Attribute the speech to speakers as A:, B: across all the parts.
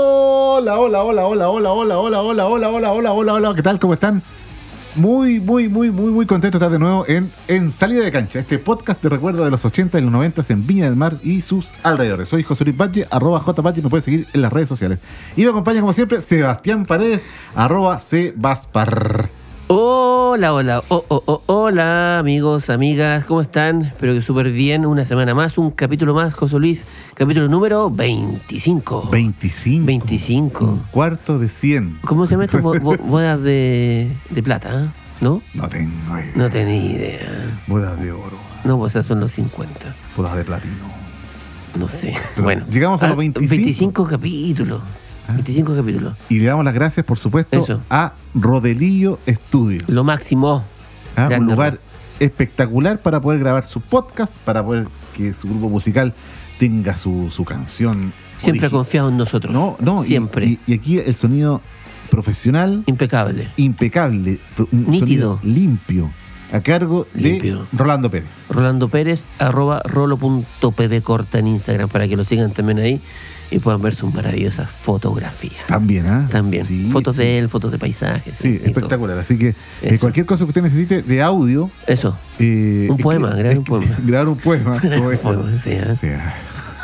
A: Hola, hola, hola, hola, hola, hola, hola, hola, hola, hola, hola, hola, hola, ¿qué tal? ¿Cómo están? Muy, muy, muy, muy, muy contento de estar de nuevo en, en Salida de Cancha, este podcast de recuerdo de los 80 y los 90 en Viña del Mar y sus alrededores. Soy José Luis Valle, arroba J Valle, me puedes seguir en las redes sociales. Y me acompaña, como siempre, Sebastián Paredes, arroba Sebaspar.
B: Hola, hola, oh, oh, oh, hola, amigos, amigas, ¿cómo están? Espero que súper bien. Una semana más, un capítulo más, José Luis. Capítulo número 25.
A: 25.
B: 25.
A: Un cuarto de 100.
B: ¿Cómo se llama esto? Bo- bo- Bodas de, de plata, ¿eh? ¿no?
A: No tengo idea.
B: No tenía idea.
A: Bodas de oro,
B: No, pues esos son los 50.
A: bodas de platino.
B: No sé.
A: Pero
B: bueno,
A: llegamos a los Ah.
B: Ah,
A: 25.
B: 25 capítulos. 25 capítulos.
A: Y le damos las gracias, por supuesto,
B: Eso.
A: a Rodelillo Studio.
B: Lo máximo.
A: ¿ah? Un
B: Grande,
A: lugar espectacular para poder grabar su podcast, para poder que su grupo musical tenga su, su canción.
B: Siempre ha
A: origi-
B: confiado en nosotros.
A: No, no. y-
B: Siempre.
A: Y, y aquí el sonido profesional,
B: Impecable.
A: impecable, pro- un
B: Nítido.
A: sonido limpio, a cargo
B: Limpio.
A: de Rolando Pérez.
B: Rolando Pérez, arroba rolo.pd corta en Instagram para que lo sigan también ahí y puedan ver sus maravillosas fotografías.
A: También, ¿ah?
B: También.
A: Sí,
B: fotos
A: sí.
B: de él, fotos de paisajes.
A: Sí,
B: y todo.
A: espectacular. Así que eh,
B: Eso.
A: cualquier cosa que usted necesite de audio.
B: Eso.
A: eh,
B: Un
A: escri-
B: poema, grabe un
A: escri-
B: poema.
A: Grabar un poema. como es.
B: Bueno, sí, ¿eh?
A: O sea,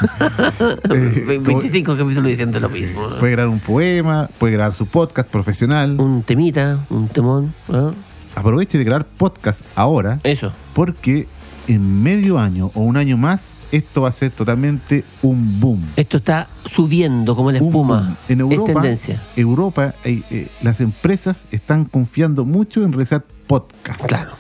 A: eh, Pues,
B: Ve- 25 capítulos diciendo lo mismo.
A: como- puede grabar un poema, puede grabar su podcast profesional.
B: Un temita, un temón. ¿ah?
A: Aproveche de grabar podcast ahora
B: Eso.
A: porque en medio año o un año más esto va a ser totalmente un boom.
B: Esto está subiendo como la
A: Un
B: espuma.
A: boom. En
B: Es
A: Europa,
B: tendencia.
A: Europa eh, eh, las empresas están confiando mucho en realizar podcast.
B: Claro.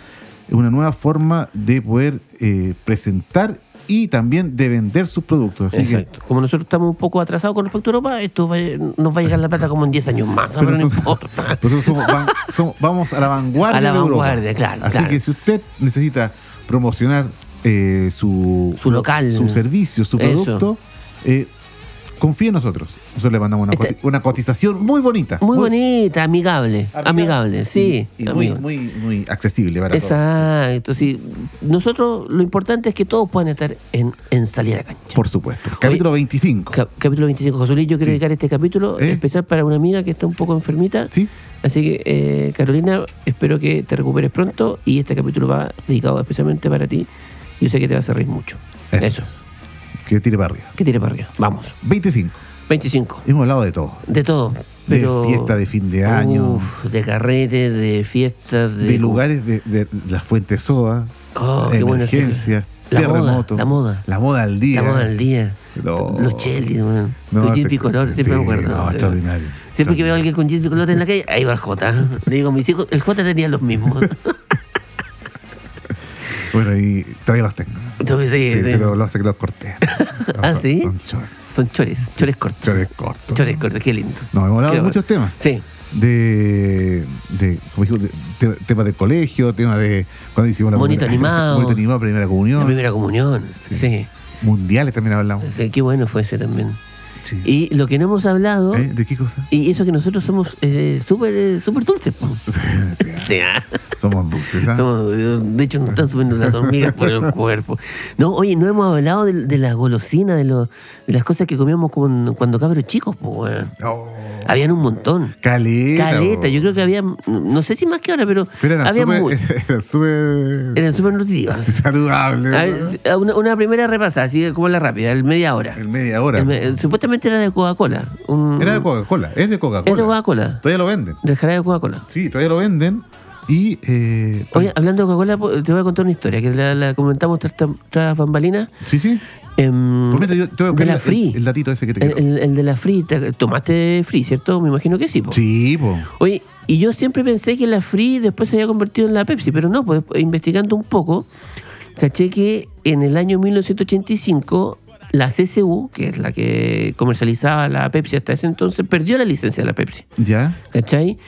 A: Es una nueva forma de poder eh, presentar y también de vender sus productos. Así que-
B: Exacto. Como nosotros estamos un poco atrasados con respecto a Europa, esto va- nos va a llegar la plata como en 10 años más, pero, no
A: nosotros-
B: importa.
A: pero nosotros somos- va- somos- vamos a la vanguardia.
B: A la
A: de Europa.
B: vanguardia, claro,
A: Así
B: claro.
A: que si usted necesita promocionar eh, su,
B: Su local.
A: su servicio, su
B: Eso.
A: producto, eh, confíe en nosotros. Nosotros le mandamos una,
B: Este-
A: coti- una cotización muy bonita.
B: Muy bonita, amigable, amigable, sí.
A: Y, y muy,
B: amigable.
A: muy, muy accesible para todos.
B: Exacto, sí. Nosotros lo importante es que todos puedan estar en, en salida de cancha.
A: Por supuesto. Capítulo 25.
B: Cap- capítulo 25, José Luis, yo quiero
A: Sí.
B: dedicar este capítulo
A: ¿Eh?
B: especial para una amiga que está un poco enfermita.
A: ¿Sí?
B: Así que, eh, Carolina, espero que te recuperes pronto y este capítulo va dedicado especialmente para ti. Yo sé que te vas a reír mucho. Eso.
A: es. Que tire para arriba.
B: Que tire para arriba. Vamos.
A: 25.
B: 25.
A: Hemos hablado de todo.
B: De todo. Pero...
A: De fiesta de fin de año.
B: Uf, de carrete, de fiestas, de...
A: de lugares de, de las fuentes soda,
B: Oh, qué bueno eso.
A: emergencias,
B: La
A: terremotos,
B: moda, la moda.
A: la moda al día.
B: La moda del día.
A: No.
B: Los chelis, weón.
A: No,
B: tu
A: te-
B: jeep bicolor, siempre
A: sí,
B: me acuerdo.
A: no,
B: Sí.
A: extraordinario.
B: Siempre que veo a alguien con jeep bicolor en la calle, ahí va el Jota. Le digo a mis hijos, el Jota tenía los mismos.
A: Bueno, y todavía los tengo.
B: Entonces, sí,
A: Sí,
B: sí.
A: pero los, los corté.
B: ¿Ah,
A: Son-
B: sí?
A: Son chores,
B: Son chores, chores cortos.
A: chores cortos.
B: Chores cortos, qué lindo.
A: No, hemos hablado
B: Qué
A: de muchos temas.
B: Sí,
A: De, de, como dijo, de- te- temas del colegio, temas de cuando hicimos la
B: Monito
A: primera-
B: animado.
A: Monito animado, primera
B: la
A: comunión.
B: primera comunión. Sí.
A: Mundiales también hablamos.
B: Sí, qué bueno fue ese también.
A: Sí.
B: Y lo que no hemos hablado,
A: ¿Eh? ¿De qué cosa?
B: y eso que nosotros somos eh, súper eh, súper dulces. po.
A: Sí,
B: Sí, ah.
A: Somos dulces, ¿ah?
B: Somos- eh, de hecho, nos están subiendo las hormigas por el cuerpo. No, oye, no hemos hablado de, de las golosinas, de, los- de las cosas que comíamos con- cuando cabros chicos, pues, weón.
A: Oh.
B: Habían un montón.
A: Caleta.
B: Caleta,
A: po.
B: yo creo que había, no sé si más que ahora, pero,
A: Pero eran
B: había
A: súper-
B: muy.
A: eran súper
B: Eran súper nutritivas.
A: saludables.
B: A
A: ¿no?
B: ver, a Una, una primera repasada, así como la rápida, el media hora.
A: En media hora.
B: El me- supuestamente era de Coca-Cola. un-
A: Era de Coca-Cola. Es de
B: Es de
A: Coca-Cola.
B: Coca-Cola,
A: todavía lo venden.
B: del jarabe de Coca-Cola.
A: Sí, todavía lo venden. Y. Eh,
B: Oye, hablando de Coca-Cola, po- te voy a contar una historia que la, la comentamos tras, tras bambalinas.
A: sí, sí.
B: Em,
A: Por mientras yo te voy a
B: de
A: buscar
B: la
A: el-
B: Free.
A: El, el datito ese que te
B: El,
A: quiero.
B: el- el de la Free, ¿te- tomaste Free, ¿cierto? Me imagino que sí. po.
A: Sí, po.
B: Oye, y yo siempre pensé que la Free después se había convertido en la Pepsi, pero no, pues investigando un poco, caché que en el año 1985 la CSU, que es la que comercializaba la Pepsi hasta ese entonces, perdió la licencia de la Pepsi,
A: Ya.
B: ¿cachai?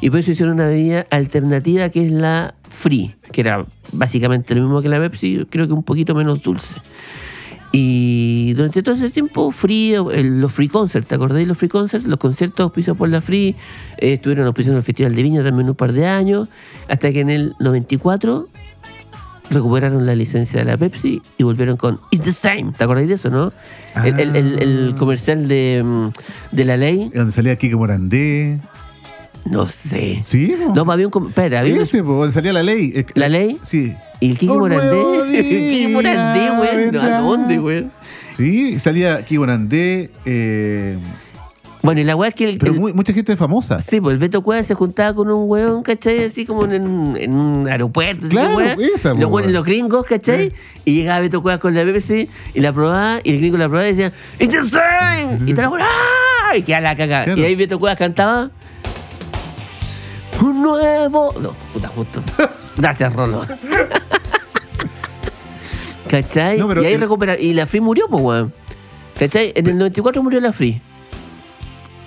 B: Y por eso hicieron una bebida alternativa que es la Free, que era básicamente lo mismo que la Pepsi, creo que un poquito menos dulce. Y durante todo ese tiempo, Free, el- los Free Concerts, ¿te acordáis los Free Concerts? Los conciertos auspiciados por la Free, eh, estuvieron auspiciando el Festival de Viña también un par de años, hasta que en el 94 recuperaron la licencia de la Pepsi y volvieron con It's the Same, ¿te acordáis de eso, no? El, el- el- el
A: Ah.
B: comercial de, mm, de la ley,
A: Donde salía Kiko Morandé.
B: no sé.
A: Sí, po.
B: No, pues había un... com- Espera, había un-
A: Ese, po, donde salía la ley. Eh,
B: ¿La
A: eh,
B: ley?
A: Sí.
B: ¿Y el Kiki
A: Un nuevo
B: Morandé? ¿El Kiki
A: día
B: Morandé, weón? ¿No? ¿A
A: vendrá.
B: dónde, weón?
A: Sí, salía Kiko Morandé. eh,
B: Bueno, y la weá es que el,
A: pero
B: el-
A: muy- mucha gente famosa.
B: Sí, pues el Beto Cuevas se juntaba con un weón, ¿cachai? Así como en, un- en un aeropuerto. así,
A: Claro,
B: weón.
A: esa, po,
B: Los weones,
A: weón.
B: los gringos, ¿cachai?
A: Eh.
B: Y llegaba Beto Cuevas con la BBC y la probaba, y el gringo la probaba y decía, ¡It's the same! Y tal, ¡ah! Y quedaba la caca.
A: Claro.
B: Y ahí Beto Cuevas cantaba, ¡Un nuevo! No, puta, justo. Gracias, Rolo. ¿Cachai?
A: No, pero
B: y ahí
A: el-
B: recupera- Y la Free murió, pues, weón. ¿Cachai? En el 94 murió la Free.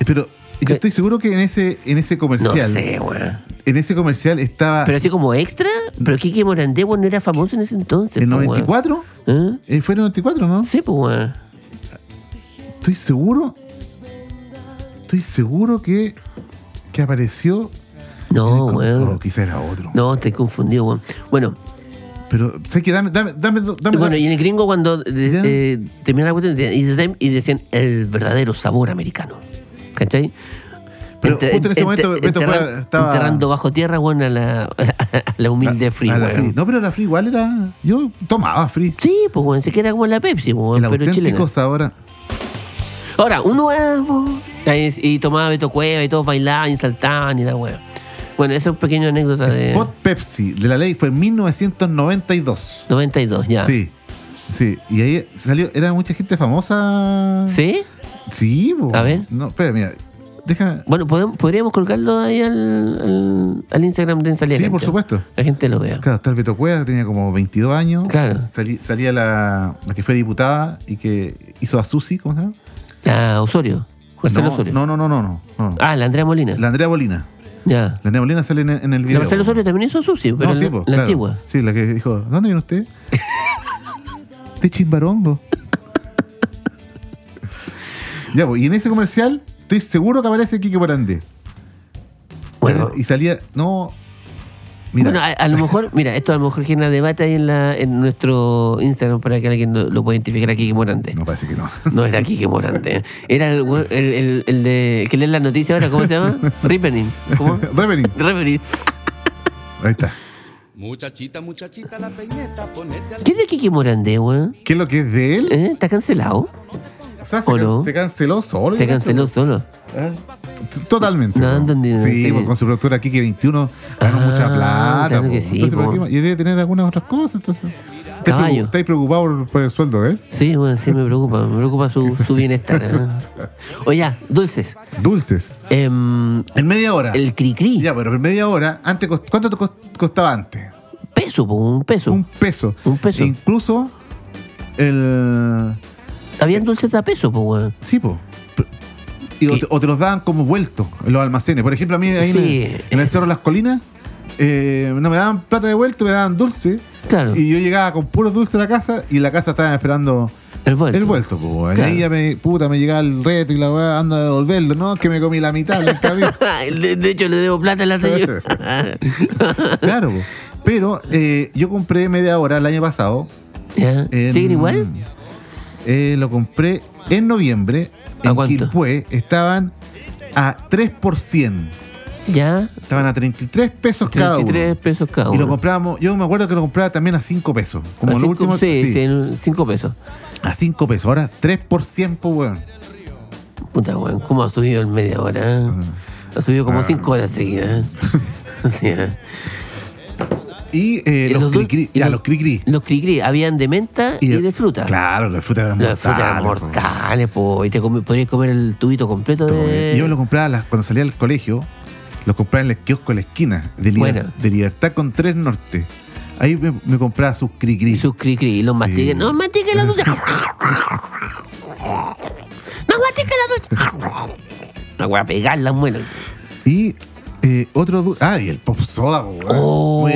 A: Pero
B: ¿Qué?
A: yo estoy seguro que en ese, en ese
B: No
A: comercial.
B: sé, weón.
A: En ese comercial estaba.
B: Pero así como extra, pero Kiki Morandé, weón, no era famoso en ese entonces.
A: ¿En
B: po, weón.
A: 94?
B: ¿Eh?
A: Eh, fue en 94, ¿no?
B: Sí, pues, weón.
A: Estoy seguro. Estoy seguro que. Que apareció.
B: No,
A: O
B: Oh, weón.
A: quizá era otro.
B: No, estoy confundido, weón. Bueno,
A: Pero, sé que dame, dame, dame, dame.
B: Este bueno, y en el gringo cuando de-
A: Ya.
B: eh, terminaba la cuestión decían, "It's the same", y decían el verdadero sabor americano. ¿Cachai?
A: Pero
B: Enter-
A: justo en ese
B: enter-
A: momento Beto
B: enterran-
A: Cuevas estaba-
B: enterrando bajo tierra, weón, a la, a la humilde Free,
A: a la
B: weón.
A: Free. No, pero la Free igual era. Yo tomaba Free.
B: Sí, pues, weón, se queda como en la Pepsi, weón,
A: El
B: pero chilena.
A: auténtico sabor.
B: Ahora, un nuevo. Ahí es- Y tomaba Beto Cueva y todos bailaban y saltaban y la hueá. Bueno, esa es una pequeña anécdota de
A: Spot Pepsi de la ley fue en 1992.
B: 92, ya.
A: Sí. Sí. Y ahí salió. Era mucha gente famosa.
B: ¿Sí?
A: Sí, bo.
B: A ver.
A: No, espera, mira. Déjame.
B: Bueno, podem- podríamos colgarlo ahí al, al, al Instagram de Ensalía.
A: Sí, por
B: Cancha.
A: supuesto.
B: La gente lo vea.
A: Claro, está el Beto Cuevas, tenía como 22 años.
B: Claro.
A: Salí- salía la, la que fue diputada y que hizo a Susi, ¿cómo se llama?
B: Ah, Osorio. Marcelo
A: no,
B: Osorio.
A: No, no, no, no, no, no.
B: Ah, la Andrea Molina.
A: La Andrea Bolina.
B: Ya.
A: La Andrea Bolina sale en, el- en el
B: La
A: video.
B: Marcelo Osorio también hizo sushi, pero
A: No,
B: la-
A: sí, po,
B: la
A: claro.
B: antigua.
A: Sí, la que dijo, ¿dónde viene usted? de Chimbarongo. ya, pues, y en ese comercial estoy seguro que aparece Kike Morandé.
B: Bueno.
A: Y salía, no... Mira,
B: Bueno, a, a lo mejor, mira, esto a lo mejor genera debate ahí en, la, en nuestro Instagram para que alguien lo, lo pueda identificar aquí, que Morante.
A: no parece que no.
B: No era Kike Morante. ¿eh? Era el, we- el, el, el de. que lee la noticia ahora, ¿cómo se llama? Rippening. ¿Cómo?
A: Revening,
B: Rippening.
A: ahí está.
C: Muchachita, muchachita, la peineta, ponete al
B: ¿Qué es de Kike Morante, weón?
A: ¿Qué es lo que es de él?
B: ¿Eh? ¿Está cancelado?
A: O sea, se,
B: ¿O
A: can-
B: no?
A: se canceló solo.
B: Se
A: el gacho,
B: canceló solo.
A: ¿eh? T- Totalmente.
B: No,
A: po.
B: entendí, no,
A: Sí,
B: sí.
A: po, con su productora Kike 21 ganó
B: Ah,
A: mucha plata.
B: claro
A: po.
B: que sí,
A: Entonces, ¿por
B: po.
A: qué más? y debe tener algunas otras cosas. Entonces, ¿Estáis preocu-
B: Caballo.
A: estáis preocupados por, por el sueldo eh? de él?
B: Sí, bueno, sí me preocupa. Me preocupa su, su bienestar. ¿eh? Oye, dulces.
A: Dulces.
B: Em,
A: En media hora.
B: el cri-cri.
A: Ya, pero en media hora, antes cost- ¿cuánto te cost- costaba antes?
B: Peso, po, un peso.
A: Un peso.
B: Un peso.
A: E incluso el.
B: Habían dulces a peso, pues, weón.
A: Sí, po. P- y o,
B: Y-
A: te, o te los daban como vueltos en los almacenes. Por ejemplo, a mí ahí en,
B: Sí.
A: el, en el Cerro de las Colinas eh, no me daban plata de vuelto, me daban dulce.
B: Claro.
A: Y yo llegaba con puros dulces a la casa y en la casa estaban esperando
B: El vuelto.
A: el vuelto. po, weón. Y
B: Claro.
A: ahí ya me, puta, me llegaba el reto y la weá, anda a devolverlo. No, es que me comí la mitad del camino.
B: de, de hecho, le debo plata a la señora.
A: claro, po. pero eh, yo compré media hora el año pasado.
B: ¿Ya?
A: en-
B: ¿Siguen igual?
A: eh, lo compré en noviembre.
B: ¿A
A: en
B: cuánto?
A: Quilpué estaban a 3 por 100.
B: Ya.
A: Estaban a 33 pesos cada
B: 33
A: uno.
B: pesos cada uno.
A: Y lo comprábamos, yo me acuerdo que lo compraba también a 5 pesos. Como
B: A
A: lo
B: cinco-
A: último,
B: sí,
A: sí,
B: sí, en 5 pesos.
A: a 5 pesos. Ahora 3 por 100, pues, weón.
B: Puta, weón, ¿cómo ha subido en media hora? eh? Ha subido como
A: Ah.
B: 5 horas seguidas. eh. O sea,
A: Y, eh,
B: ¿Y
A: los
B: los dul-
A: cri-cri,
B: y
A: ya,
B: los-
A: los cri-cri.
B: los cri-cri habían de menta y de, fruta.
A: Claro, los de fruta eran
B: Los de fruta eran
A: mortales, pues. po.
B: mortales, po. Y te comi- podrías comer el tubito completo de.
A: Yo lo compraba las- cuando salía del colegio, los compraba en el kiosco de la esquina, de, liber-
B: Buena.
A: de Libertad con Tres Norte. Ahí me, me compraba sus
B: Y
A: cri-cri.
B: sus cri-cri. Y los mastiques. No mastiques la dulce. no mastiques la dulce. La voy a pegar las muelas.
A: Y eh, otro. du- Ah, y el pop soda, po, weón.
B: Oh,
A: Muy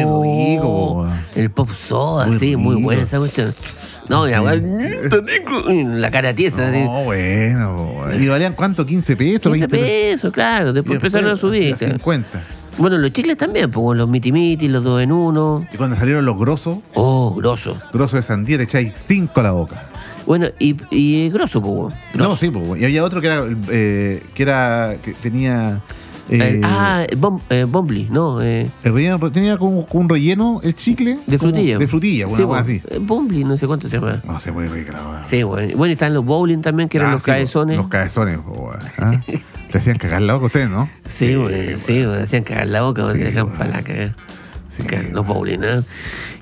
A: rico, po, weón.
B: El pop soda,
A: Muy
B: sí, muy
A: rico.
B: buena esa cuestión. No, y la, la cara tiesa. así.
A: No, bueno, po, weón. ¿Y valían cuánto? ¿15 pesos?
B: 15 pesos, claro. Después empezaron a subir. claro.
A: 50.
B: Bueno, los chicles también, pues con los mitimiti, los dos en uno.
A: Y cuando salieron los grosos,
B: Oh, grosso.
A: grosos de sandía, te echáis 5 a la boca.
B: Bueno, y, y es grosso, pues, weón.
A: No, sí, pues, bueno. y había otro que era, eh, que, era que tenía... eh,
B: Eh, ah, el bom, eh, Bombly, no. Eh,
A: el relleno, tenía como, como un relleno, el chicle.
B: de
A: como-
B: frutilla.
A: De frutilla, una
B: Sí,
A: cosa
B: weón.
A: así.
B: Eh, Bombly, no sé cuánto se llama.
A: No, se puede rica la weá.
B: Sí, bueno. Bueno, están los bowling también, que eran
A: Ah,
B: los
A: sí, po,
B: cabezones.
A: Los cabezones, po, weón, ¿ah? Te hacían cagar la boca ustedes, ¿no? pues,
B: Sí, bueno, sí,
A: weón.
B: bueno, hacían cagar la boca, bueno,
A: Sí,
B: te dejan
A: bueno.
B: para la cagada.
A: Sí,
B: Ca-
A: weón.
B: Los bowling, ¿no?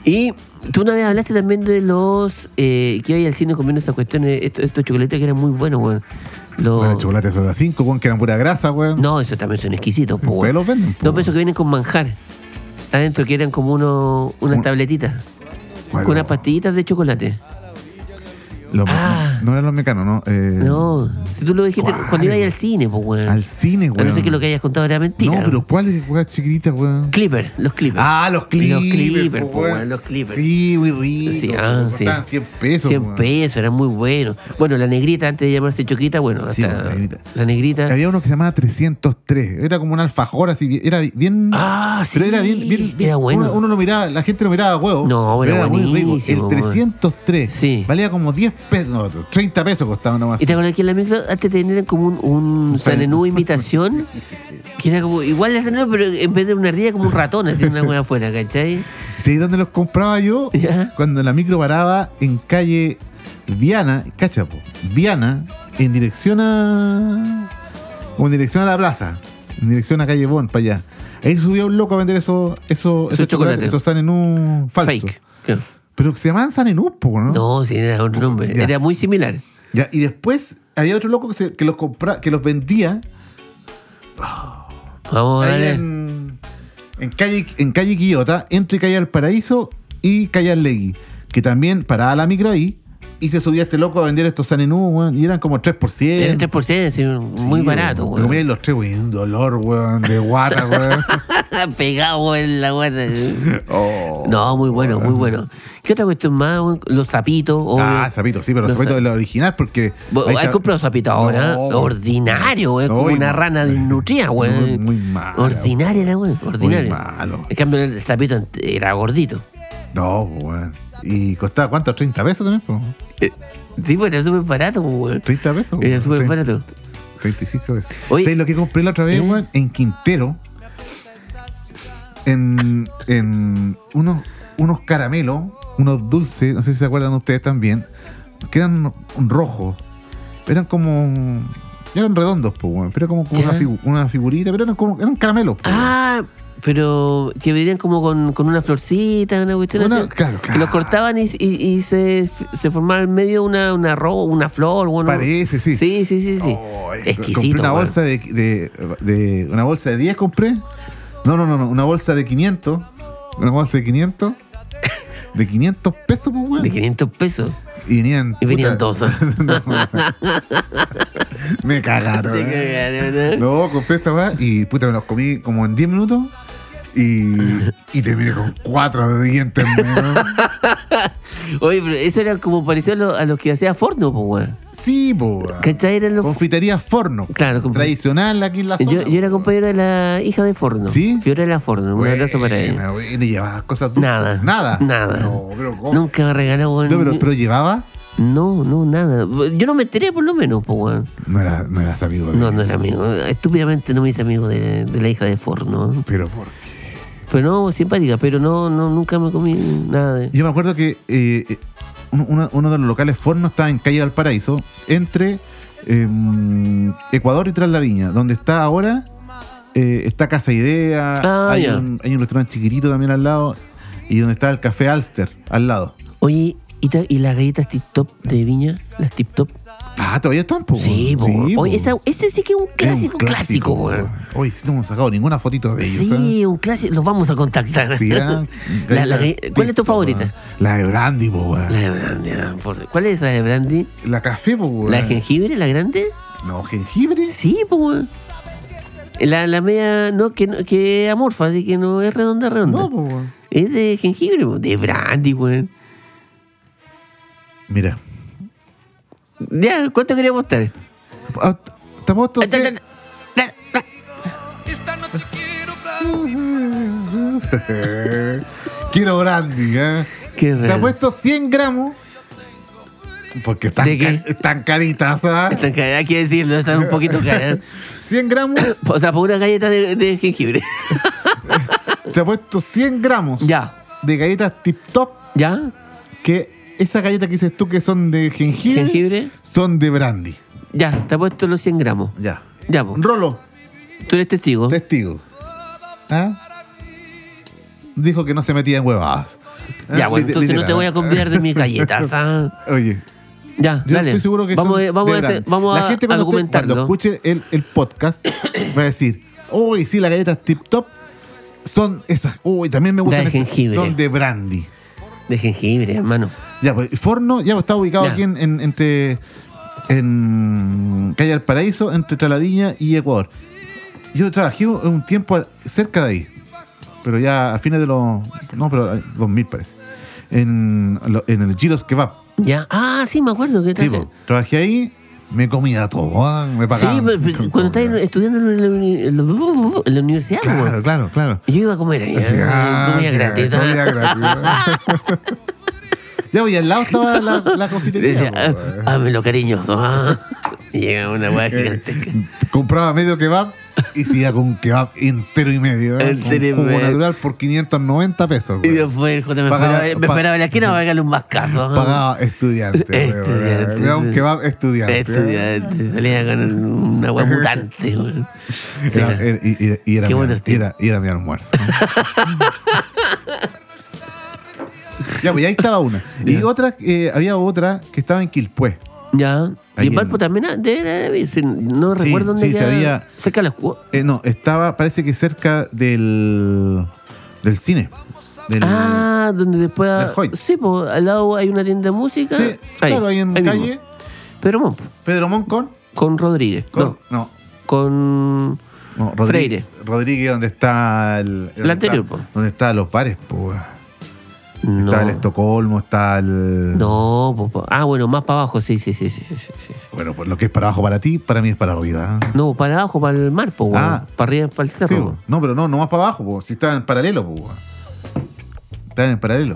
B: Y tú una vez hablaste también de los eh, que hoy al cine comiendo esas cuestiones, estos, estos chocolates que eran muy buenos, weón. Los-
A: Bueno, chocolates soda 5, weón, que eran pura grasa, weón.
B: No, esos también son exquisitos, po,
A: Ustedes
B: weón.
A: los venden, pues, po,
B: No, pero esos que vienen con manjar. Adentro que eran como uno, unas
A: Un-
B: tabletitas,
A: ¿Cuál,
B: con unas
A: weón?
B: pastillitas de chocolate.
A: Los-
B: Ah.
A: No eran los mecanos, ¿no? Eh,
B: No, si tú lo dijiste
A: ¿cuál,
B: cuando ibas
A: weón?
B: al cine, pues, weón.
A: Al cine,
B: A
A: weón.
B: no ser que lo que hayas contado era mentira.
A: No, pero ¿cuáles, weón, chiquititas, weón?
B: Clipper, los Clipper.
A: Ah, los clippers.
B: Los Clipper,
A: po,
B: po,
A: weón.
B: weón, los Clipper.
A: Sí, muy rico.
B: Sí, ah,
A: po,
B: sí.
A: Costaban 100 pesos.
B: 100
A: weón.
B: pesos, eran muy buenos. Bueno, la negrita antes de llamarse Choquita, bueno,
A: Sí,
B: hasta-
A: la negrita.
B: la negrita.
A: Había uno que se llamaba 303. Era como un alfajor así. bien- Era bien.
B: Ah, sí.
A: Pero era bien. bien- bien-
B: era bueno.
A: Uno, uno no miraba, la gente no miraba a huevo.
B: No,
A: pero
B: era
A: muy rico.
B: buenísimo,
A: El 303
B: Sí.
A: valía como 10 pesos. No, 30 pesos costaba una más.
B: ¿Y te acuerdas que en la micro antes tenían como un, un Sanenú imitación? Que era como, igual la Sanenú, pero en vez de una ardilla, como un ratón, así una buena afuera, ¿cachai?
A: ¿Sí, dónde los compraba yo?
B: Ya.
A: Cuando la micro paraba en calle Viana, cachapo, Viana, en dirección a. o en dirección a la plaza, en dirección a calle Bon, para allá. Ahí subía un loco a vender esos esos esos
B: chocolates.
A: chocolates, esos Sanenú falsos.
B: Fake. Claro.
A: Pero que se llamaban Sanenú, po, ¿no?
B: No, sí, era otro nombre.
A: Ya.
B: Era muy similar.
A: Ya, y después había otro loco que, se- que los compra, que los vendía
B: Vamos a
A: ahí
B: ver.
A: en, en calle en calle Quillota, entre calle Valparaíso y calle Allegui, que también paraba la micro ahí y se subía este loco a vender estos Sanenú, weón, y eran como 3%.
B: Era 3%, sí, muy
A: Sí,
B: barato,
A: weón. Te comías
B: weón.
A: los tres, weón, un dolor, weón, de guata, weón.
B: Pegado en la guata.
A: Oh.
B: No, muy bueno, muy bueno. ¿Qué otra cuestión más? Los zapitos. obvio.
A: Ah, zapito, sí, pero
B: Los
A: los zapitos
B: zap-
A: de la original porque.
B: Bo-
A: ahí
B: ¿Has
A: está-
B: comprado zapito ahora?
A: No.
B: Ordinario, es
A: No,
B: como
A: y-
B: una rana desnutrida,
A: Muy,
B: weón.
A: muy malo.
B: Ordinaria la weón, ordinaria.
A: malo.
B: En cambio, el zapito ant- era gordito.
A: No, weón. ¿Y costaba cuánto? ¿30 pesos también? po?
B: Eh, Sí, pues era súper barato, weón.
A: ¿30 pesos?
B: Era
A: weón.
B: súper
A: Tre-
B: barato.
A: 35 veces.
B: Oye.
A: ¿Sabes lo que compré la otra vez,
B: ¿Eh?
A: weón? En Quintero. En, en unos, unos caramelos, unos dulces, no sé si se acuerdan ustedes también, que eran rojos. Eran como. Eran redondos, pues, weón. Pero como, como
B: Ya.
A: una, figu- una figurita, pero eran como. Eran caramelos, po, weón.
B: Ah, pero que venían como con, con una florcita, una cuestión
A: Una-
B: así.
A: claro,
B: Que
A: claro.
B: los cortaban y, y- y se, se formaba en medio una, una ro- una flor, bueno.
A: Parece, sí.
B: Sí, sí, sí, sí.
A: Oh, eh,
B: Exquisito,
A: compré una
B: weón.
A: bolsa de, de- de- Una bolsa de 10 compré. No, no, no, no, una bolsa de 500. Una bolsa de 500. De 500 pesos, pues, weón.
B: De 500 pesos.
A: Y venían.
B: Y venían
A: puta,
B: dos. ¿eh?
A: no. me cagaron.
B: Te
A: weón.
B: cagaron, ¿eh?
A: No, compré esta weá y puta, me los comí como en 10 minutos. Y, y terminé con cuatro de dientes, weón.
B: Oye, pero eso era como parecido a, lo- a los que hacía Forno, pues, weón.
A: Sí, po, weón.
B: ¿Cachai? Eran los.
A: Confitería Forno.
B: Claro, compa-
A: Tradicional aquí en la zona.
B: Yo, yo era
A: weón.
B: compañero de la hija de Forno.
A: ¿Sí?
B: Fiora de la Forno. Un abrazo para ella.
A: Buena, buena, y llevaba cosas dulces.
B: Nada.
A: Nada.
B: Nada.
A: No, pero ¿cómo?
B: Nunca me regaló, weón.
A: No, pero,
B: ni-
A: pero llevaba.
B: No, no, nada. Yo no me enteré, por lo menos, pues, weón.
A: No era, no eras amigo de
B: No, no era amigo. Estúpidamente no me hice amigo de, de la hija de Forno.
A: Pero por qué.
B: Pero no, simpática, pero no, no nunca me comí nada de.
A: Yo me acuerdo que eh, eh, uno, uno- uno de los locales Forno estaba en calle Valparaíso, entre eh, Ecuador y Tras la Viña, donde está ahora. eh, está Casa Idea,
B: Ah,
A: hay,
B: ya.
A: un, hay un restaurante chiquitito también al lado, y donde está el café Alster, al lado.
B: Oye, ¿y, ta- y las galletas tip top de viña? ¿Las tip top?
A: Ah, todavía están, po,
B: Sí,
A: po.
B: pues. Oye,
A: po.
B: esa, ese sí que es un
A: Es un
B: clásico, clásico,
A: po.
B: weón.
A: Oye, sí, no hemos sacado ninguna fotito de ellos. ¿eh?
B: Sí, un clásico. Los vamos a contactar.
A: Sí, ah,
B: La-
A: galleta
B: la- ¿Cuál es tu
A: TikTok,
B: favorita?
A: weón. La de Brandy, po, weón.
B: La
A: La,
B: de brandy. ah, por- ¿Cuál es la de brandy?
A: café, po, weón.
B: Pues ¿La de jengibre, la grande?
A: No, jengibre.
B: Sí, pues. weón. La, la media, no, que, no- que es amorfa, así que no es redonda, redonda.
A: No, po, weón.
B: es de jengibre, po, de brandy, weón.
A: Mira.
B: Ya, ¿cuánto queríamos estar?
A: Ah, t- Te apuesto que-
C: Esta noche quiero hablar.
A: Quiero Brandy, ¿eh?
B: Qué
A: Te
B: raro.
A: apuesto 100 gramos Porque están,
B: ¿De qué?
A: ca- están caritas. ¿ah?
B: Están caras, hay que decirlo, están un poquito caras.
A: 100 gramos,
B: O sea, por una galleta de, de jengibre.
A: te he puesto 100 gramos
B: Ya.
A: de galletas tip top.
B: ¿Ya?
A: Que esas galletas que dices tú que son de jengibre,
B: ¿Jengibre?
A: son de brandy.
B: Ya, te ha puesto los 100 gramos.
A: Ya.
B: Ya, po.
A: Rolo,
B: tú eres testigo.
A: testigo. ¿Ah? Dijo que no se metía en huevadas. ¿Ah?
B: Ya, bueno,
A: Lite-
B: entonces no te
A: literal.
B: voy a confiar de mis galletas. ah.
A: Oye,
B: Ya,
A: Yo
B: dale.
A: estoy seguro que
B: vamos
A: son
B: a, vamos
A: de
B: a, hacer-
A: grande.
B: vamos
A: la
B: a
A: gente cuando, esté-
B: argumentarlo.
A: cuando escuche el, el podcast va a decir, uy, sí, las galletas tip top son esas, uy, también me gustan
B: de
A: esas,
B: jengibre.
A: son de brandy.
B: De jengibre, hermano.
A: Ya, pues, Forno ya pues, está ubicado
B: Ya.
A: aquí en, en- entre en Calle del Paraíso, entre Talaviña y Ecuador. Yo trabajé un- un tiempo cerca de ahí, pero ya a fines de los, no, pero eh, 2000 parece, en, lo- en el Giros Kebab.
B: Ya. Ah, sí, me acuerdo que
A: Sí,
B: traje-
A: po. trabajé ahí, me comía todo, ah, me
B: Sí,
A: pagaban.
B: pero- pero
A: Con-
B: cuando estás
A: con-
B: estudiando en la, uni- en la- en la universidad,
A: Claro,
B: weón.
A: claro, claro.
B: Yo iba a comer ahí.
A: Así,
B: ah,
A: ah,
B: comida
A: sí,
B: gratis. ah.
A: comida gratis. Ya, pues, y al lado estaba la, la
B: Decía,
A: confitería.
B: ah,
A: po, weón.
B: hámelo cariñoso. ah. Y Llega una
A: Eh,
B: weá gigantesca.
A: Compraba medio kebab y se iba con kebab entero y medio. ¿eh?
B: Entero y
A: Con jugo
B: medio.
A: natural por 590 pesos.
B: Y
A: weón.
B: después el J me
A: Pagaba-
B: esperaba, me
A: pa-
B: esperaba en la esquina para pegarle un vascazo. ah.
A: Pagaba estudiante. weón,
B: Estudiante,
A: weón. Me daba un
B: sí.
A: kebab estudiante. ¿eh?
B: Estudiante, Este, salía con una weá mutante. weón. Sí,
A: Era- era- y, y- y era
B: Qué
A: mi,
B: buenos
A: y era- y era mi almuerzo. ya, pues y ahí estaba una. Y
B: Ya.
A: otra, eh, había otra que estaba en Quilpué.
B: Ya.
A: Ahí
B: Y en
A: en-
B: Valpo también ah, debe de haber, si no
A: Sí,
B: recuerdo dónde
A: sí, se
B: queda,
A: había-
B: cerca de la escuela.
A: Eh, no, estaba, parece que cerca del, del cine. Del,
B: Ah, donde después.
A: del Hoyt.
B: Sí, pues al lado hay una tienda de música.
A: Sí, claro, ahí en
B: mismo.
A: calle
B: Pero bueno,
A: Pedro Moncon.
B: con Rodríguez.
A: Con, no,
B: No, con.
A: no, Rodríguez.
B: Freire.
A: Rodríguez, donde está el. donde
B: El anterior,
A: está-
B: po.
A: Donde está los bares, po.
B: No.
A: Está el Estocolmo, está el.
B: No, po, po. Ah, bueno, más para abajo, sí, sí, sí. sí, sí, sí, sí.
A: Bueno, pues lo que es para abajo para ti, para mí es para arriba. ¿eh?
B: No, para abajo, para el mar, pues,
A: Ah.
B: Para arriba, para el cerro.
A: Sí,
B: po.
A: po. no, pero no, no más para abajo, po. si está en paralelo, po. weón. Está en paralelo.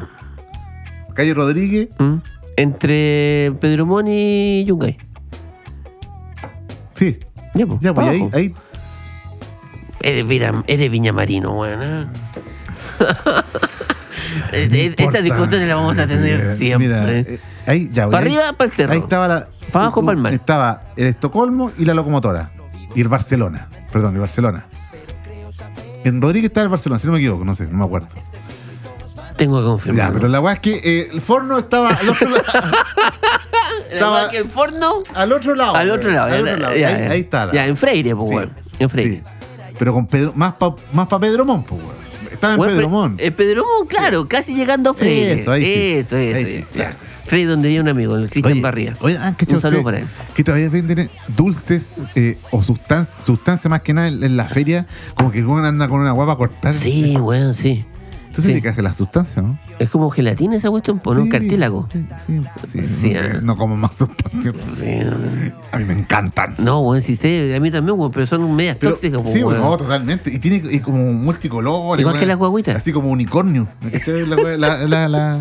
A: Calle Rodríguez,
B: ¿Mm? Entre Pedro Mon y Yungay.
A: sí.
B: Ya, pues.
A: Ya, pues ahí, ahí.
B: Eres, Vira- eres viñamarino, weón. ah. Este- Esta
A: importa.
B: discusión la vamos a
A: Mira,
B: tener siempre.
A: Mira, eh, ahí, ya,
B: para
A: pues, ahí-
B: arriba, para el cerro.
A: Ahí estaba la.
B: Para abajo, para el mar.
A: Estaba el Estocolmo y la locomotora. Y el Barcelona. Perdón, el Barcelona. En Rodríguez estaba el Barcelona, si no me equivoco, no sé, no me acuerdo.
B: Tengo que confirmar.
A: Ya, pero la weá es que eh, el forno estaba al otro, la- estaba-
B: que el forno
A: al otro lado.
B: al otro lado.
A: al otro lado.
B: Ya,
A: ahí,
B: ya.
A: ahí está. la-
B: Ya, en Freire, pues,
A: Sí.
B: weón. En Freire.
A: sí. Pero con Pedro, más para más pa Pedro Mon, pues, weón. Estaba en
B: Weón,
A: Pedro
B: Fre-
A: Mon.
B: En eh, Pedro Mon, claro, casi llegando a Freire.
A: Eso, ahí sí.
B: Eso, eso,
A: Ahí sí,
B: eso.
A: claro.
B: Freire, donde vive un amigo, el Cristian Barría.
A: Oye, ah, ¿cachai
B: Un saludo
A: ustedes
B: para él.
A: Que todavía venden eh, dulces eh, o sustancias, sustancia más que nada en, en la feria, como que uno anda con una guapa a cortar.
B: Sí, weón, sí.
A: Entonces
B: sí.
A: te quedas en la sustancia, ¿no?
B: Es como gelatina esa cuestión, pues, ¿no?
A: Sí,
B: Un cartílago.
A: Sí, sí, sí,
B: Sí,
A: no,
B: ah.
A: no como más sustancias.
B: Sí.
A: A mí me encantan.
B: No, weón, sí sé, a mí también, weón, pero son medias
A: Pero-
B: tóxicas, po,
A: sí,
B: pues,
A: pues,
B: weón.
A: no, totalmente. Y tiene y como multicolores.
B: Igual
A: weón.
B: que las guagüitas.
A: Así como unicornio. ¿Me cachai? La, wea- la, la, la,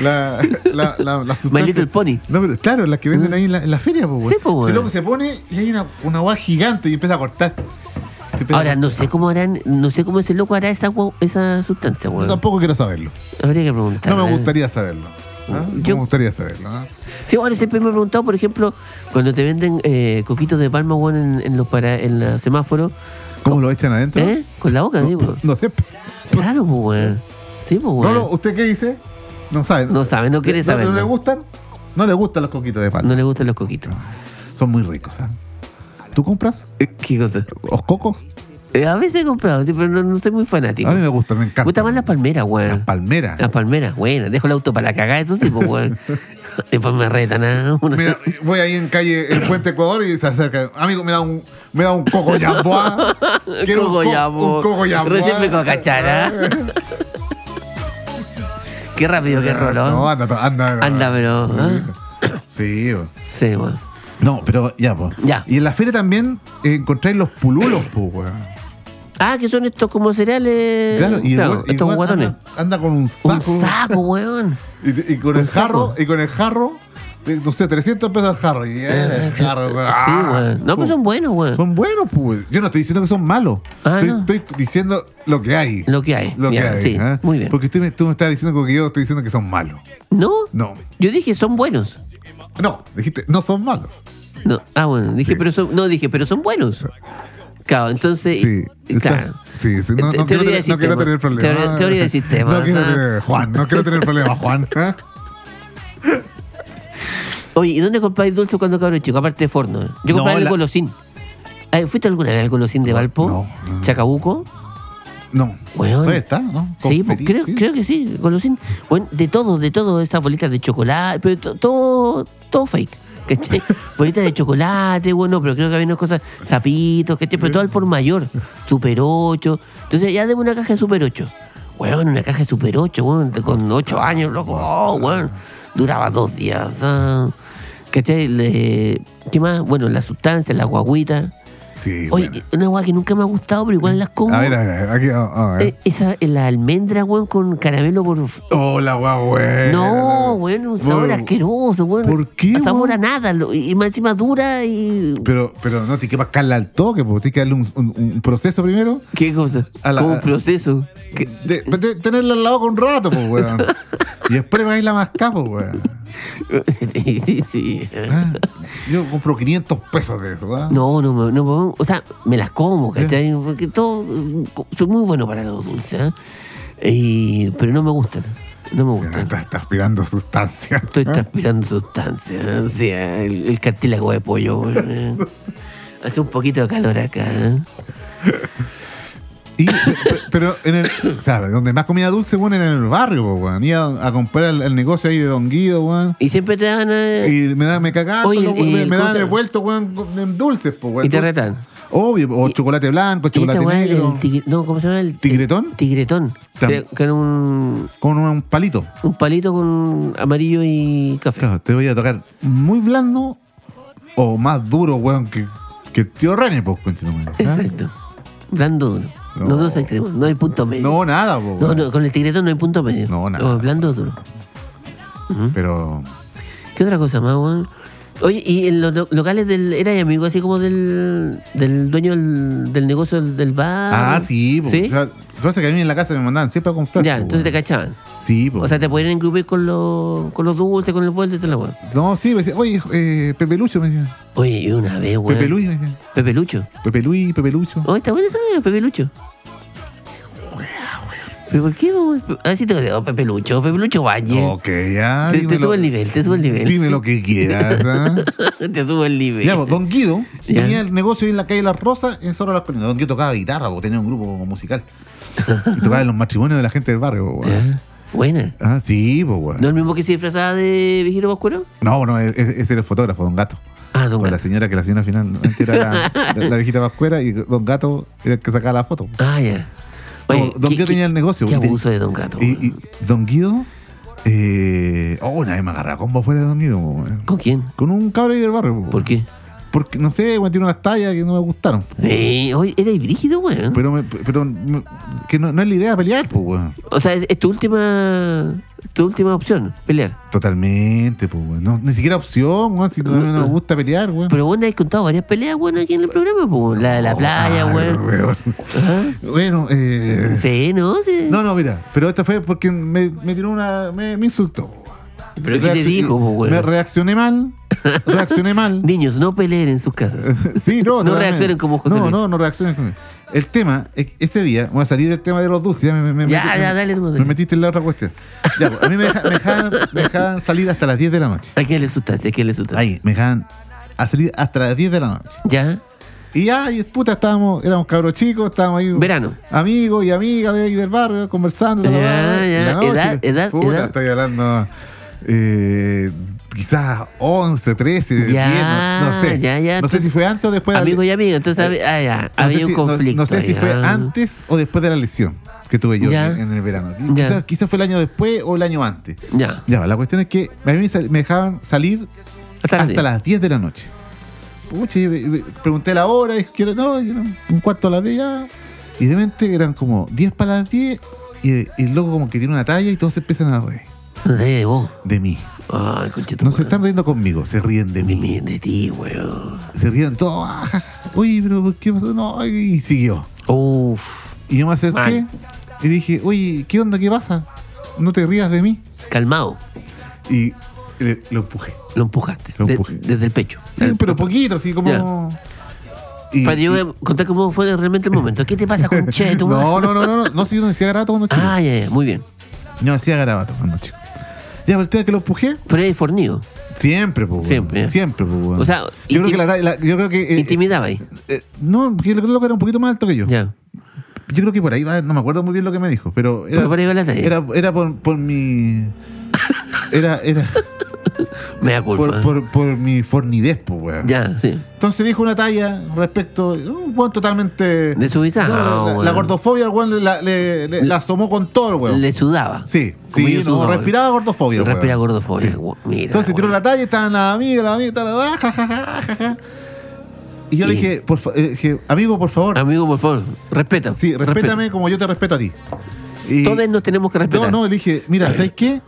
A: la, la, la, la
B: My
A: sustancia.
B: Little Pony. Mm.
A: No, pero claro, las que venden ahí en la, en la feria, pues,
B: Sí, po, weón.
A: Si luego se pone y hay una, una guá gigante y empieza a cortar. Te empieza a
B: Ahora,
A: cortar.
B: no sé cómo harán, no sé cómo ese loco hará esa, gua- esa sustancia,
A: Yo
B: weón.
A: tampoco quiero saberlo.
B: Habría que preguntar. ¿eh?
A: No me gustaría saberlo. ¿ah? No
B: Yo-
A: me gustaría saberlo. ¿ah?
B: Sí, ahora siempre me he preguntado, por ejemplo, cuando te venden eh, coquitos de palma, weón, en, en los para, en los semáforos,
A: ¿Cómo lo echan adentro?
B: ¿eh? Con la boca,
A: No,
B: sí, weón.
A: no sé.
B: Claro, pues, weón. Sí, pues, weón.
A: Rolo, ¿usted qué dice? No sabe.
B: No sabe, no quiere
A: saber. ¿No le
B: saberlo.
A: gustan? No le gustan los coquitos de pan.
B: No le gustan los coquitos.
A: Son muy ricos. ¿ah? ¿Tú compras?
B: ¿Qué cosa?
A: ¿Los cocos?
B: Eh, a veces he comprado, sí, pero no, no soy muy fanático.
A: A mí me gustan, me
B: Me
A: encantan.
B: gustan más las palmeras, weón.
A: Las palmeras.
B: Las palmeras, bueno, dejo el auto para la cagada de esos tipos, weón. Después me retan ah, a uno.
A: Mira, voy ahí en calle El Puente Ecuador y se acerca. Amigo, me da un, me da un coco yamboa. Quiero un co-
B: Cogollamo.
A: Un coco yamboa.
B: Recién me cocachara. ah. Qué ¿ah? rápido que roló.
A: No, anda, to- anda.
B: Anda, pero,
A: Sí, bo.
B: Sí, weón.
A: no, pero ya, pues.
B: Ya.
A: Y en la feria también eh, encontráis los pululos, pues, weón.
B: Ah, que son estos como cereales.
A: Claro, y el
B: Claro,
A: weón- el
B: estos
A: weón
B: guatones.
A: Anda, anda con un
B: Un
A: saco.
B: saco, weón.
A: Y, y con
B: Un
A: el jarro,
B: saco.
A: y con el jarro eh, no sé, 300 pesos al jarro. Y, eh, el jarro,
B: Sí,
A: ah,
B: weón. No,
A: pum.
B: pues son buenos, weón.
A: Son buenos, pues. Yo no estoy diciendo que son malos.
B: Ah,
A: estoy,
B: no.
A: estoy diciendo lo que hay.
B: Lo que hay.
A: Lo que
B: Ya,
A: hay.
B: sí,
A: ¿eh?
B: muy bien.
A: Porque tú me, tú me estás diciendo como que yo estoy diciendo que son malos.
B: No,
A: No.
B: yo dije son buenos.
A: No, dijiste, no son malos.
B: No, ah, bueno, dije,
A: Sí.
B: pero son, no, dije, pero son buenos. Claro, entonces,
A: Sí.
B: y- claro.
A: estás- sí, sí, No, no
B: Te-
A: quiero,
B: teoría
A: tener,
B: de
A: no quiero
B: sistema.
A: tener problemas.
B: Teoría- teoría de sistema,
A: No quiero
B: ah.
A: tener, Juan, no quiero tener problemas, Juan. ¿eh?
B: Oye, ¿y dónde compráis dulce cuando cabrón chico? Aparte de Forno. ¿eh? Yo
A: No,
B: compraba el
A: la-
B: golosín. Ah, ¿Fuiste alguna vez al golosín de
A: No,
B: Valpo?
A: no, no.
B: Chacabuco.
A: No.
B: Weón.
A: Todavía está, ¿no?
B: Sí, pues,
A: Confeti,
B: creo,
A: sí.
B: creo que sí, golosín. Bueno, de todo, de todo, estas bolitas de chocolate, pero to- todo, todo fake. ¿Cachai? Bolitas de chocolate, bueno, pero creo que había unas cosas, zapitos, ¿cachai? Pero todo al por mayor, Super 8. Entonces ya debo una caja de Super 8. Weón, una caja de Super 8, weón, de- con 8 años, loco, oh, weón. Duraba dos días. ah. ¿Cachai? Le- ¿Qué más? Bueno, las sustancias, las guaguitas.
A: Sí,
B: Oye,
A: bueno. Mm.
B: una guagua que nunca me ha gustado, pero igual las como.
A: A ver, a ver, aquí, oh, a- a ver.
B: Eh, esa, la almendra, weón, con caramelo por...
A: Hola, guau, güey.
B: No, weón, un sabor
A: Bueno,
B: asqueroso, weón.
A: eh, ¿por qué,
B: A sabor
A: weón?
B: a nada, lo- y más encima dura y...
A: Pero, pero no, te que pascarla al toque, porque tienes que darle un, un- un proceso primero.
B: ¿Qué cosa?
A: A la-
B: Como un proceso. que-
A: De, de- tenerla al lado con un rato, pues, weón. y después vais la mascar, pues, weón. Ah, Yo compro 500 pesos de eso, ¿ah?
B: No, no, me- no, me- o sea, me las como,
A: Eh.
B: ¿cachai? Porque todo, mm, soy muy bueno para los dulces, ¿ah? Y- pero no me gustan, no me
A: Está,
B: gustan.
A: está aspirando sustancia.
B: Estoy
A: ¿Ah?
B: transpirando sustancias. ¿eh? O sea, el, el cartílago de pollo. güey, ¿eh? Hace un poquito de calor acá. ¿eh?
A: Y, pe- pero en el, o sea, donde más comida dulce, weón, era en el barrio, pues, weón. Iba a, comprar el, el negocio ahí de Don Guido, weón.
B: Y siempre te dan. eh,
A: Y me, da- me cagaban,
B: Oye,
A: con los-
B: y
A: me,
B: el-
A: me
B: ¿cómo
A: daban
B: se
A: el
B: llama?
A: vuelto, weón, con- en dulces, pues,
B: y
A: weón.
B: te
A: Entonces,
B: retan.
A: Obvio, o
B: Y-
A: chocolate blanco,
B: Y esta
A: chocolate
B: weá,
A: negro,
B: el tigre- no, ¿cómo se llama? El
A: ¿Tigretón?
B: Tigretón.
A: Tam-
B: Que, que era un,
A: con un, un palito.
B: un palito con amarillo y café.
A: Claro, te voy a tocar muy blando o más duro, weón, que, que tío René, pues, conchetumare, ¿ah?
B: Exacto. Blando duro. No.
A: No.
B: dos extremos, no hay punto medio.
A: No, nada, pues,
B: No,
A: weón.
B: no, con el tigretón no hay punto medio.
A: No, nada.
B: blando duro. Ujú.
A: Pero
B: ¿Qué otra cosa más, weón? Oye, ¿y en los lo- locales del. ¿Era amigo así como del, del dueño del, del negocio del, del bar?
A: Ah, sí, po.
B: ¿Sí?
A: O sea, pasa que a mí en la casa me mandaban siempre a comprar.
B: ya,
A: po,
B: entonces te
A: weón.
B: cachaban.
A: Sí, po.
B: O sea, te podían engrupir con los, con los dulces, con el vuelto y toda la weón.
A: No, sí, me decía, oye, eh, Pepe Lucho, me decía.
B: Oye, y una vez, weón.
A: Pepe Luis, me decía.
B: Pepe Lucho. Oh,
A: Pepe Luis, Pepe Lucho.
B: Oye, está bueno esa Pepe Lucho. ¿Pero por qué, weón? Así te digo, Pepe Lucho, Pepe Lucho Valle.
A: Ok, ya.
B: te, te
A: dímelo-
B: subo el nivel, te subo el nivel.
A: Dime lo que quieras. ¿ah?
B: te subo el nivel.
A: ya, pues, Don Guido
B: Ya.
A: tenía el negocio ahí en la calle Las Rosas, en Zorro Las Colinas. Don Guido tocaba guitarra, po, tenía un grupo musical. Y tocaba en los matrimonios de la gente del barrio, po, weón.
B: Ya, Buena.
A: Ah, sí, pues, weón.
B: ¿No es el mismo que se disfrazaba de viejito oscuro?
A: No, no, e- e- ese era el fotógrafo, Don Gato.
B: Ah, don
A: Con la
B: Gato.
A: señora, que la señora finalmente era la, la- la viejita vascuera y Don Gato era el que sacaba la foto.
B: Ah, ya.
A: No, don
B: ¿qué-
A: Guido
B: qué-
A: tenía el negocio.
B: Qué
A: y te-
B: abuso de Don Gato.
A: Y, y Don Guido, eh, oh, una vez me agarré a combo fuera de Don Guido, weón.
B: ¿Con quién?
A: con un cabrón ahí del barrio. weón.
B: ¿Por qué?
A: Porque, no sé, weón, tiene unas tallas que no me gustaron.
B: Eh, oye, era brígido, weón.
A: Pero, me- pero me- que no, no es la idea pelear, pues, weón.
B: O sea, es, es tu última tu última opción, pelear.
A: Ah. Totalmente, pues, weón. No, ni siquiera opción, weón, si no, no me gusta pelear, weón.
B: Pero bueno, has contado varias peleas, weón, aquí en el programa, pues. La de la playa,
A: Ay,
B: weón. Ajá.
A: Bueno, eh...
B: Sí, ¿no? Sí.
A: No, no, mira, pero esta fue porque me, me tiró una. me, me insultó.
B: ¿Pero qué te
A: Reacc-
B: dijo, po,
A: Me
B: weón?
A: reaccioné mal. Reaccioné mal.
B: Niños, no peleen en sus
A: Eh,
B: casas.
A: sí, no,
B: No
A: totalmente.
B: reaccionen como José
A: No,
B: Luis.
A: no, no reaccionen como El tema, e- ese día, voy a salir del tema de los dulces. Ya, me, me- me-
B: Ya,
A: me-
B: ya, dale, hermano.
A: Me metiste en la otra cuestión. Ya, pues, a mí me, deja- me dejaban, me dejaban salir hasta las 10 de la noche.
B: ¿A quién le sustancia? ¿A quién le sustancia?
A: Ahí, me dejaban a salir hasta las 10 de la noche.
B: Ya.
A: Y ya, y puta, estábamos, éramos cabros chicos, estábamos ahí.
B: Verano.
A: Amigos y amigas de ahí del barrio, conversando.
B: Ya,
A: la, la, la,
B: ya.
A: y la noche,
B: Edad, edad,
A: puta,
B: edad.
A: estoy hablando eh, quizás 11, 13, 10, no, no sé.
B: ya, ya.
A: No sé si fue antes o después de la
B: Amigo y amiga, entonces
A: Eh,
B: ah, ya,
A: no
B: había
A: sé
B: un
A: si- no-
B: conflicto.
A: No, sé si
B: ahí,
A: fue
B: ah.
A: antes o después de la lesión que tuve yo
B: Ya.
A: en el verano.
B: Ya.
A: Quizás quizás fue el año después o el año antes.
B: Ya.
A: Ya, la cuestión es que a mí me sal- me dejaban salir
B: Hasta, las
A: hasta
B: diez.
A: las 10 de la noche. Pucha, y- y- pregunté la hora, y quiero, no, y eran un cuarto a las 10 ya. Y de repente eran como 10 para las 10 y, y luego como que tiene una talla y todos se empiezan a reír.
B: No te rías de vos.
A: de mí.
B: Ay, concha tu
A: No se
B: madre.
A: están riendo conmigo, se ríen de
B: Me
A: mí.
B: mienten de ti, weón.
A: Se ríen todos. ah, ja, ja. Oye, pero ¿por ¿qué pasó? No, y siguió.
B: Uf.
A: Y yo me acerqué
B: Mal.
A: y dije, oye, ¿qué onda? ¿Qué pasa? No te rías de mí.
B: Calmado.
A: Y le- lo empujé.
B: Lo empujaste.
A: Lo
B: de-
A: empujé.
B: desde el pecho.
A: Sí, pero poquito, así como. Y-
B: Para yo
A: y-
B: voy a contar cómo fue realmente el momento. ¿Qué te pasa con Che? tu
A: Eh. no,
B: madre?
A: no, no, no, no, no, si yo no decía garabato cuando chico.
B: Ah, ya, ya, muy bien.
A: Yo decía garabato cuando chico. Ya, pero el tema es que lo empujé,
B: Pero eres fornido.
A: siempre, pues.
B: Siempre, ya.
A: Siempre, pues.
B: O sea,
A: yo creo
B: intim-
A: que la, la- yo creo que. eh,
B: Intimidaba ahí.
A: eh, no, que creo que era un poquito más alto que yo.
B: Ya.
A: Yo creo que por ahí va, no me acuerdo muy bien lo que me dijo, pero era,
B: Pero por ahí va la talla.
A: era, era por, por mi. Era, era
B: Me da
A: por,
B: culpa.
A: por, por mi fornidez, pues, weón.
B: Ya, sí.
A: Entonces dijo una talla respecto. Un weón totalmente.
B: Desubicado,
A: No, la- la,
B: weón.
A: gordofobia al weón la- le, le-
B: Le-
A: la asomó con todo el weón.
B: Le sudaba.
A: Sí,
B: Como
A: sí,
B: yo
A: no,
B: sudaba.
A: respiraba gordofobia. el weón.
B: Respira gordofobia.
A: Sí.
B: weón. Mira,
A: Entonces tiró
B: weón.
A: la talla y estaban las amigas, las amigas, estaban las- ah, ja, ja, ja, ja, ja. Y yo le
B: Y-
A: dije, por fa- eh, dije, amigo, por favor,
B: Amigo, por favor, respeta.
A: sí, respétame como yo te respeto a ti. Y-
B: Todos nos tenemos que
A: no,
B: respetar.
A: no, le dije, mira, ¿sabes qué?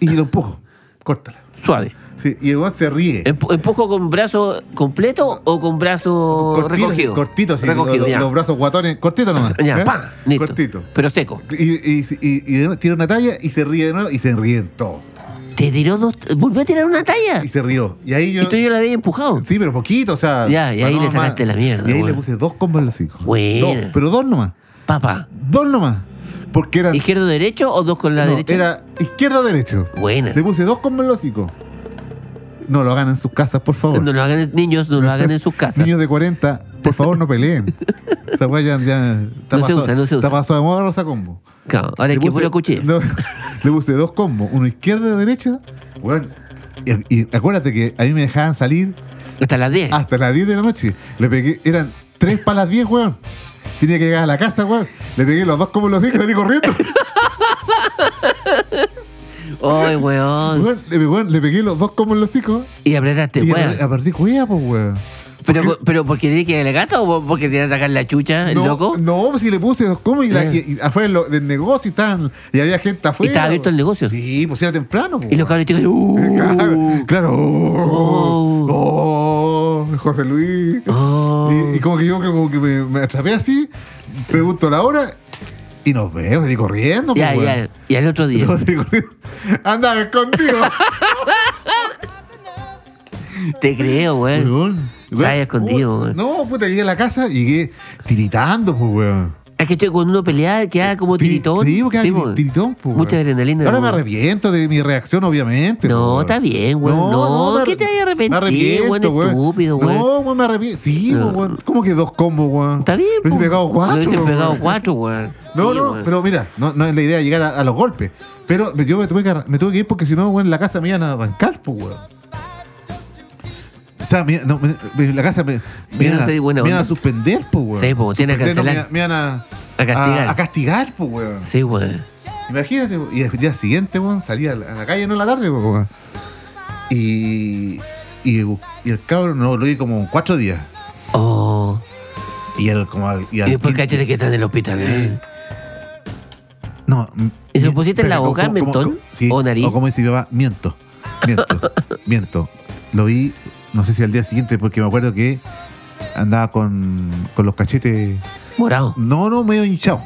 A: Y lo empujo, córtala.
B: Suave.
A: Sí, y el weón se ríe.
B: Empu- ¿Empujo con brazo completo o con brazo
A: Cortito,
B: recogido?
A: cortito, sí,
B: Recogido,
A: los,
B: ya.
A: los brazos guatones, cortito nomás.
B: Ya,
A: ¿eh?
B: pa, listo.
A: Cortito.
B: Pero seco.
A: Y, y, y- y de nuevo tira una talla y se ríe de nuevo y se ríen todos.
B: Te tiró dos. Volvió a tirar una talla.
A: Y se rió. Y ahí yo.
B: Y tú ya la había empujado.
A: Sí, pero poquito, o sea.
B: Ya, y ahí
A: para
B: le sacaste la mierda,
A: Y ahí
B: bueno.
A: le puse dos combos en los hijos.
B: Buena.
A: Dos, pero dos nomás.
B: Papá.
A: Dos nomás. Porque era.
B: ¿Izquierdo derecho o dos con la
A: no,
B: derecha?
A: Era izquierda-derecho.
B: Buena.
A: Le puse dos combos en los hijos. No lo hagan en sus casas, por favor.
B: No lo hagan, en- niños, no lo hagan en sus casas.
A: Niños de 40, por favor, no peleen. Esa weá ya, ya está
B: No se
A: pasó-
B: usa, no se
A: está
B: usa.
A: pasado de moda rosa combo.
B: Claro, ahora
A: Le
B: es que
A: puse-
B: puro cuchillo.
A: no, le puse dos combos, uno izquierda y derecha. Bueno, y, y acuérdate que a mí me dejaban salir
B: Hasta las 10.
A: hasta las 10 de la noche. Le pegué, eran 3 para las 10, weón. Tenía que llegar a la casa, weón. Le pegué los dos combos en los hijos, salí corriendo.
B: ¡Ay, weón!
A: Weón, le, pe- weón, le pegué los dos combos en los hijos.
B: Y apretaste,
A: y
B: weón.
A: a partir cueva, pues, weón.
B: ¿Pero,
A: ¿Por
B: por- pero porque tiene que ir la gata o por- porque te iba a sacar la chucha, el
A: no,
B: loco?
A: No, pues, si le puse dos combos y, la-
B: Ah.
A: y- y afuera lo- del negocio y estaban- y había gente afuera.
B: estaba abierto el
A: weón.
B: negocio?
A: Sí, pues era temprano, pues,
B: Y los
A: weón.
B: cabros chicos, ¡uh!
A: Claro. Oh, oh, José Luis.
B: Oh.
A: Y, y como que yo como que me, me atrapé así, pregunto la hora y nos veo, salí corriendo.
B: Ya,
A: pues,
B: ya, y al otro día.
A: weón. Salí corriendo. Andaba escondido.
B: Te creo, weón.
A: Weón,
B: Estaba
A: weón,
B: escondido,
A: weón.
B: weón.
A: No, puta, llegué a la casa y llegué tiritando, pues, weón.
B: Es que che, cuando uno pelea queda como
A: Tiri-
B: tiritón.
A: Sí, porque era
B: Sí,
A: tiri-
B: weón.
A: tiritón, pues,
B: Mucha
A: weón.
B: adrenalina.
A: Ahora me
B: weón.
A: arrepiento de mi reacción, obviamente. pues,
B: No,
A: weón.
B: está bien, weón. No,
A: me
B: ¿qué te hay que arrepentir,
A: me arrepiento,
B: weón? Estúpido,
A: No,
B: weón.
A: weón, me arrepiento. Sí,
B: No.
A: weón. ¿Cómo que dos combos, weón?
B: Está bien,
A: Me
B: po.
A: hubiese pegado cuatro,
B: Lo hubiesen
A: weón.
B: pegado cuatro, weón.
A: No,
B: Sí,
A: no,
B: weón.
A: pero mira, no, no es la idea llegar a, a los golpes. Pero yo me tuve que, arran- me tuve que ir porque si no, weón, en la casa me iban a arrancar, pues, weón. O sea, me, no, me- me- la casa me, me iban
B: iban a
A: a,
B: hacer buena
A: me iban
B: onda.
A: a suspender, pues, weón.
B: Sí, po, tiene que
A: Suspender, no, me,
B: cancelar.
A: me iban a,
B: A castigar.
A: A, a castigar, pues, weón.
B: Sí, weón.
A: Imagínate, po. y al día siguiente, weón, salí a la, a la calle, no en la tarde, po, weón. Y, y, y el cabrón no, lo vi como cuatro días.
B: Oh.
A: Y él como al, y al
B: Y después
A: quinto-
B: cachete que está en el hospital. eh.
A: No. m-
B: ¿Y se lo
A: mi-
B: pusiste en la boca,
A: como- como-
B: mentón?
A: sí,
B: ¿O nariz?
A: como dice mi papá, miento. Miento. miento. Lo vi, no sé si al día siguiente, porque me acuerdo que andaba con, con los cachetes.
B: Morado.
A: No, no, medio hinchado.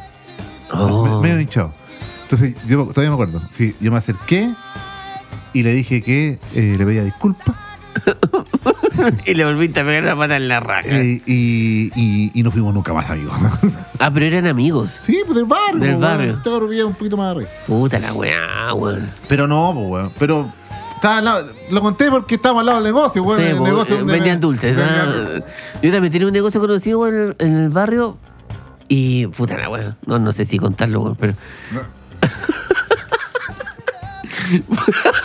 B: Oh.
A: Me- medio hinchado. Entonces, yo todavía me acuerdo. Sí, yo me acerqué y le dije que eh, le pedía disculpas.
B: Y le volviste a pegar la pata en la raja.
A: eh, y, y, y no fuimos nunca más amigos.
B: Ah, pero eran amigos.
A: sí, pues del barrio.
B: Del
A: weón.
B: barrio.
A: Este barrio vivía un poquito más arriba.
B: Puta la weá, weón.
A: Pero no, pues, weón. Pero estaba al lado- lo conté porque estábamos al lado del negocio, weón.
B: Sí,
A: el
B: po,
A: negocio
B: eh,
A: donde
B: vendían
A: me-
B: dulces.
A: vendían
B: ah.
A: dulces.
B: Yo también tenía un negocio conocido en el, en el barrio. Y puta la weá. No, no sé si contarlo, weón, pero.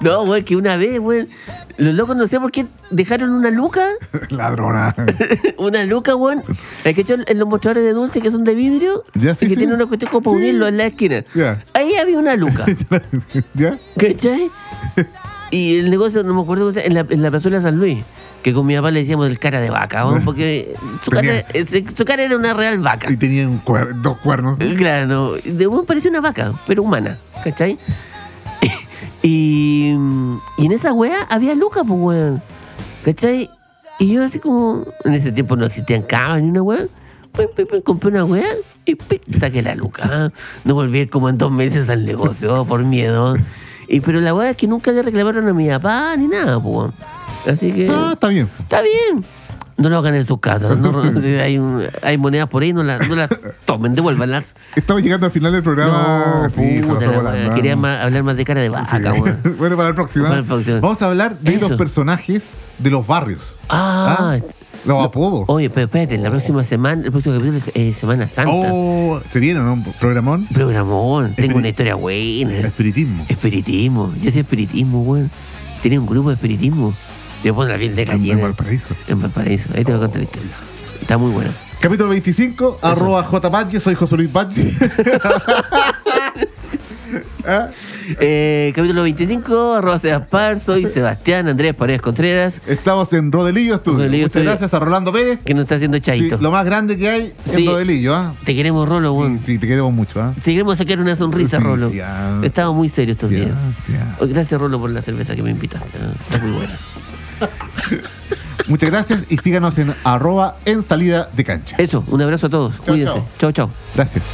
B: No, weón, que una vez, weón. Los locos no sé por qué dejaron una luca.
A: Ladrona.
B: Una luca, weón. Es que hecho en los mostradores de dulce que son de vidrio.
A: Ya, sí,
B: y que
A: sí.
B: tienen una cuestión como para
A: Sí.
B: unirlo en la esquina.
A: Ya.
B: Ahí había una luca.
A: ¿Ya?
B: ¿Cachai? Y el negocio, no me acuerdo, en la, en la plazuela San Luis. Que con mi papá le decíamos el cara de vaca, ¿no? porque su cara,
A: Tenía-
B: ese- su cara era una real vaca.
A: Y tenía un cuer- dos cuernos.
B: Claro, no. de un parecía una vaca, pero humana, ¿cachai? y, y en esa wea había lucas, pues weón. ¿cachai? Y yo así como, en ese tiempo no existían camas ni una wea. Pues, pues, pues, compré una wea y pic, saqué la luca. ¿ah? No volví a ir como en dos meses al negocio oh, por miedo. Y, pero la wea es que nunca le reclamaron a mi papá ni nada, pues. weón. Así que
A: Ah, está bien.
B: está bien. No lo hagan en sus casas. no- hay, un- hay monedas por ahí, no las, no las tomen, devuélvanlas.
A: Estamos llegando al final del programa.
B: No,
A: Sí, se nos
B: puta
A: fue
B: la
A: volando,
B: wea,
A: ¿eh?
B: Quería ma- hablar más de cara de vaca,
A: Sí.
B: weón.
A: bueno, para la próxima.
B: Para la próxima.
A: Vamos a hablar de
B: Eso.
A: los personajes de los barrios.
B: Ah,
A: Los apodos.
B: oye, pero espérate, la próxima semana, el próximo capítulo es eh, Semana Santa.
A: Oh, se vieron, ¿no? Programón.
B: Programón, tengo
A: Espiri-
B: una historia buena.
A: Espiritismo.
B: Espiritismo, yo soy espiritismo, weón. Tenía un grupo de espiritismo. Yo me pongo la piel de
A: En en
B: gallina.
A: Valparaíso.
B: En Valparaíso, ahí te voy a contar la historia. Está muy buena.
A: Capítulo 25, arroba J Badge, soy José Luis Badge. Ah,
B: Eh, capítulo 25, arroba Sebaspar, soy Sebastián Andrés Paredes Contreras,
A: Estamos en Rodelillo Studio.
B: Rodelillo
A: Muchas
B: Studio.
A: gracias a Rolando Pérez.
B: que nos está haciendo
A: Sí,
B: chaito.
A: lo más grande que hay es
B: Sí.
A: Rodelillo, ¿ah?
B: Te queremos, Rolo,
A: Sí,
B: weón.
A: sí, te queremos mucho, ¿ah?
B: Te queremos sacar una sonrisa,
A: Sí,
B: Rolo.
A: sí, ah.
B: Estaba muy serio estos
A: Sí,
B: días.
A: ah, sí, ah.
B: Oh, Gracias, Rolo, por la cerveza que me invitaste. ah, Está muy buena.
A: Muchas gracias y síganos en arroba en salida de cancha.
B: Eh. Eso, un abrazo a todos. Cuídense.
A: chao.
B: Chao, chao.
A: Gracias.